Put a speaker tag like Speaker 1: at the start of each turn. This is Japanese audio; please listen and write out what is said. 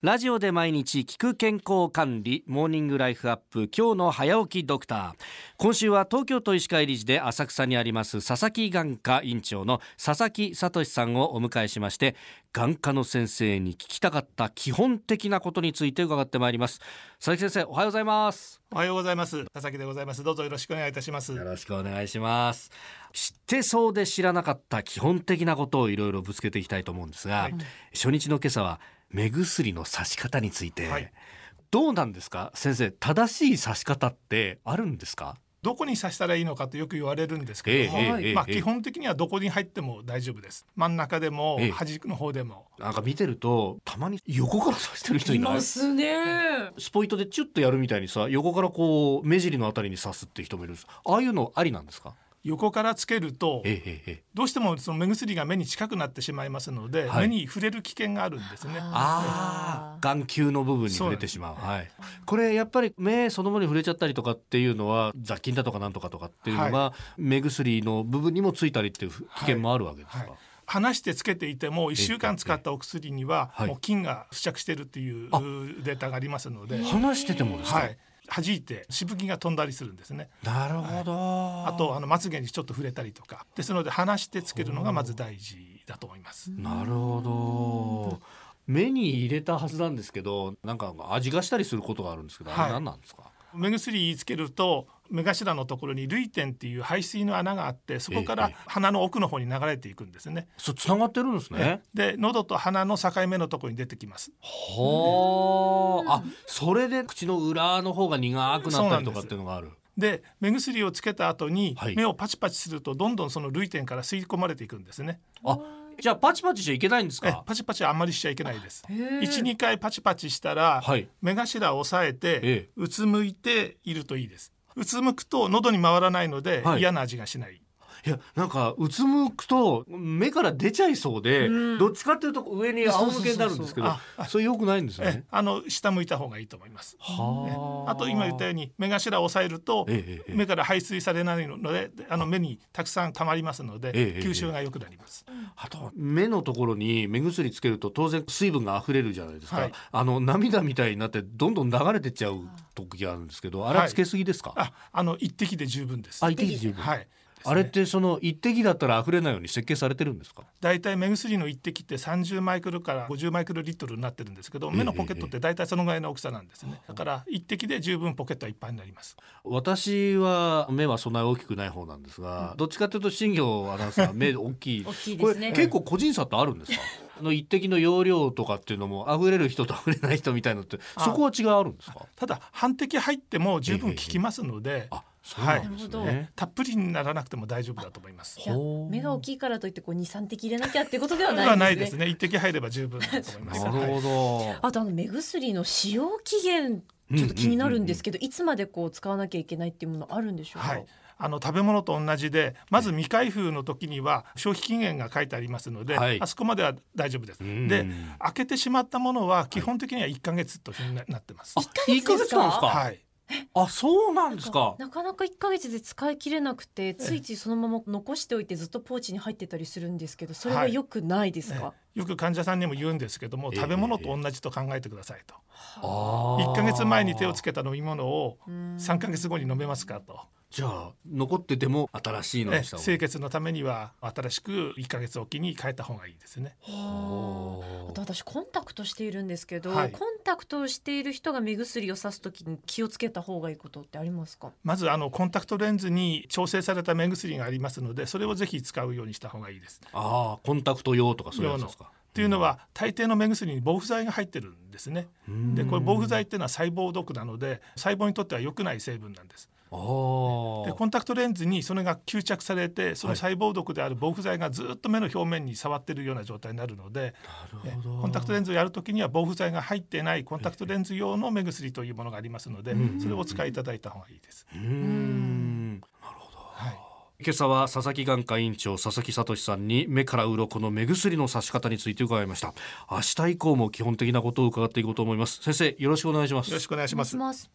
Speaker 1: ラジオで毎日聞く健康管理モーニングライフアップ今日の早起きドクター今週は東京都医師会理事で浅草にあります佐々木眼科院長の佐々木聡さんをお迎えしまして眼科の先生に聞きたかった基本的なことについて伺ってまいります佐々木先生おはようございます
Speaker 2: おはようございます佐々木でございますどうぞよろしくお願いいたします
Speaker 1: よろしくお願いします知ってそうで知らなかった基本的なことをいろいろぶつけていきたいと思うんですが、
Speaker 2: はい
Speaker 1: 初日の今朝は目薬の差し方について、
Speaker 2: はい
Speaker 1: どうなんですか先生正しい差し方ってあるんですか
Speaker 2: どこに刺したらいいのかとよく言われるんですけども、
Speaker 1: ええええええ
Speaker 2: まあ基本的にはどこに入っても大丈夫です真ん中でも
Speaker 1: ええ
Speaker 2: 端の方でも、
Speaker 1: なんか見てるとたまに横から刺してる人い
Speaker 3: い
Speaker 1: ない
Speaker 3: ますね。
Speaker 1: スポイトでチュッとやるみたいにさ横からこう目尻のあたりに刺すって人もいるんですああいうのありなんですか
Speaker 2: 横からつけると
Speaker 1: ええええええ
Speaker 2: どうしてもその目薬が目に近くなってしまいますので、
Speaker 1: はい
Speaker 2: 目に触れる危険があるんですね
Speaker 1: ああ
Speaker 3: あー
Speaker 1: 眼球の部分に触れてしまうはい、これやっぱり目そのものに触れちゃったりとかっていうのは雑菌だとかなんとかとかっていうのが目薬の部分にもついたりっていう危険もあるわけですか、
Speaker 2: はい離してつけていても1週間使ったお薬には
Speaker 1: ええはい
Speaker 2: もう菌が付着してるっていう
Speaker 1: あ
Speaker 2: データがありますので、
Speaker 1: 話しててもですか、
Speaker 2: はい、弾いてしぶきが飛んだりするんですね
Speaker 1: なるほど、
Speaker 2: あとあのまつげにちょっと触れたりとかですので話してつけるのがまず大事だと思います。
Speaker 1: なるほど目に入れたはずなんですけどなんか味がしたりすることがあるんですけど、あ
Speaker 2: は
Speaker 1: れ
Speaker 2: い
Speaker 1: 何なんですか
Speaker 2: 目薬つけると目頭のところに涙点っていう排水の穴があってそこか
Speaker 1: え
Speaker 2: ら
Speaker 1: え
Speaker 2: 鼻の奥の方に流れていくんですね。
Speaker 1: そう繋がってるんですね
Speaker 2: で喉と鼻の境目のところに出てきます。
Speaker 1: はああそれで口の裏の方が苦くなったりとかっていうのがある
Speaker 2: で目薬をつけた後に
Speaker 1: はい
Speaker 2: 目をパチパチするとどんどんその涙点から吸い込まれていくんですね。
Speaker 1: あじゃあパチパチしちゃいけないんです
Speaker 2: え
Speaker 1: か
Speaker 2: パチパチはあんまりしちゃいけないです。
Speaker 3: 一
Speaker 2: 1、2回パチパチしたら、
Speaker 1: はい
Speaker 2: 目頭を押さえ
Speaker 1: え
Speaker 2: て、
Speaker 1: え
Speaker 2: うつむいているといいですうつむくと喉に回らないので、
Speaker 1: はい
Speaker 2: 嫌な味がしない
Speaker 1: いやなんかうつむくと目から出ちゃいそうで、
Speaker 3: うん
Speaker 1: どっちかっていうと上に仰向けになるんですけどそう
Speaker 2: そそうそうそうあ
Speaker 1: れ良くないんですよ
Speaker 2: え
Speaker 1: ね
Speaker 2: あの下向いた方がいいと思います
Speaker 1: は
Speaker 2: あと今言ったように目頭を押さえると、
Speaker 1: ええええ
Speaker 2: 目から排水されないのであの目にたくさん溜まりますので、
Speaker 1: ええええ
Speaker 2: 吸収が良くなります、
Speaker 1: あと目のところに目薬つけると当然水分が溢れるじゃないですか、
Speaker 2: はい
Speaker 1: あの涙みたいになってどんどん流れてっちゃう時があるんですけどあれはつけすぎですか、
Speaker 2: ああの一滴で十分です
Speaker 1: あ一滴十分
Speaker 2: はい
Speaker 1: あれってその一滴だったら溢れないように設計されてるんですか
Speaker 2: だいたい目薬の一滴って30マイクロから50マイクロリットルになってるんですけど目のポケットってだいたいそのぐらいの大きさなんですねだから一滴で十分ポケットはいっぱいになります
Speaker 1: 私は目はそんなに大きくない方なんですが、どっちかというと新業アナウン サーは目大きい
Speaker 3: 大きいで
Speaker 1: これ
Speaker 3: すね。
Speaker 1: 結構個人差ってあるん ですかあの一滴の容量とかっていうのも溢れる人と溢れない人みたいなのって
Speaker 2: あ
Speaker 1: そこは違いあるんですか
Speaker 2: ただ半滴入っても十分効きますので、
Speaker 1: あそうなんです
Speaker 3: はい
Speaker 1: ね、
Speaker 2: たっぷりにならなくても大丈夫だと思います。
Speaker 3: いや
Speaker 1: ほう
Speaker 3: 目が大きいからといってこう二三滴入れなきゃってことでは
Speaker 2: では
Speaker 3: な
Speaker 2: ないい
Speaker 3: で
Speaker 2: ですす
Speaker 3: ね。
Speaker 2: ね。一滴入れば十分だと思います。
Speaker 1: なる
Speaker 2: は
Speaker 1: ほ
Speaker 2: い
Speaker 1: ど、
Speaker 3: あとあの目薬の使用期限ちょっと気になるんですけど、いつまでこう使わなきゃいけないっていうものあるんでしょうか。
Speaker 2: はい。あの食べ物と同じでまず未開封の時には消費期限が書いてありますので、
Speaker 1: はい
Speaker 2: あそこまでは大丈夫です。
Speaker 1: ん
Speaker 2: で開けてしまったものは基本的には1ヶ月とになってます。
Speaker 1: あ
Speaker 3: 一ヶ月です
Speaker 1: 一なん
Speaker 3: か
Speaker 1: ですか、
Speaker 2: はい。
Speaker 1: あそうなんで
Speaker 3: な
Speaker 1: す
Speaker 3: ん
Speaker 1: か
Speaker 3: かなかなか一ヶ月で使い切れなくてついついそのまま残しておいてずっとポーチに入ってたりするんですけどそれは良くないですか、
Speaker 2: よく患者さんにも言うんですけども
Speaker 1: ええ
Speaker 2: 食べ物と同じと考えてくださいと。
Speaker 1: あー
Speaker 2: 1ヶ月前に手をつけた飲み物を
Speaker 3: うん
Speaker 2: 3ヶ月後に飲めますかと。
Speaker 1: じゃあ残ってても新しいの
Speaker 2: え
Speaker 1: にした方がい
Speaker 2: 清
Speaker 1: い
Speaker 2: 潔のためには新しく1ヶ月おきに変えた方がいいですね。
Speaker 3: はああと私コンタクトしているんですけど、
Speaker 2: はい
Speaker 3: コンタクトをしている人が目薬をさすときに気をつけた方がいいことってありますか
Speaker 2: まずあのコンタクトレンズに調整された目薬がありますのでそれをぜひ使うようにした方がいいです。
Speaker 1: ああコンタクト用とかそういうやつですか
Speaker 2: というのは大抵の目薬に防腐剤が入ってるんですね。
Speaker 1: うん
Speaker 2: でこれ防腐剤っていうのは細胞毒なので細胞にとっては良くない成分なんです。
Speaker 1: あ
Speaker 2: で
Speaker 1: ー
Speaker 2: コンタクトレンズにそれが吸着されてその細胞毒である防腐剤がずっと目の表面に触ってるような状態になるので
Speaker 1: なるほど
Speaker 2: コンタクトレンズをやるときには防腐剤が入ってないコンタクトレンズ用の目薬というものがありますので
Speaker 1: うん
Speaker 2: それをお使いいただいた方がいいです。
Speaker 1: うーん
Speaker 2: はい
Speaker 1: 今朝は佐々木眼科院長佐々木聡さんに目から鱗の目薬の差し方について伺いました明日以降も基本的なことを伺っていこうと思います先生よろしくお願いします
Speaker 2: よろしくお願いします。
Speaker 3: ます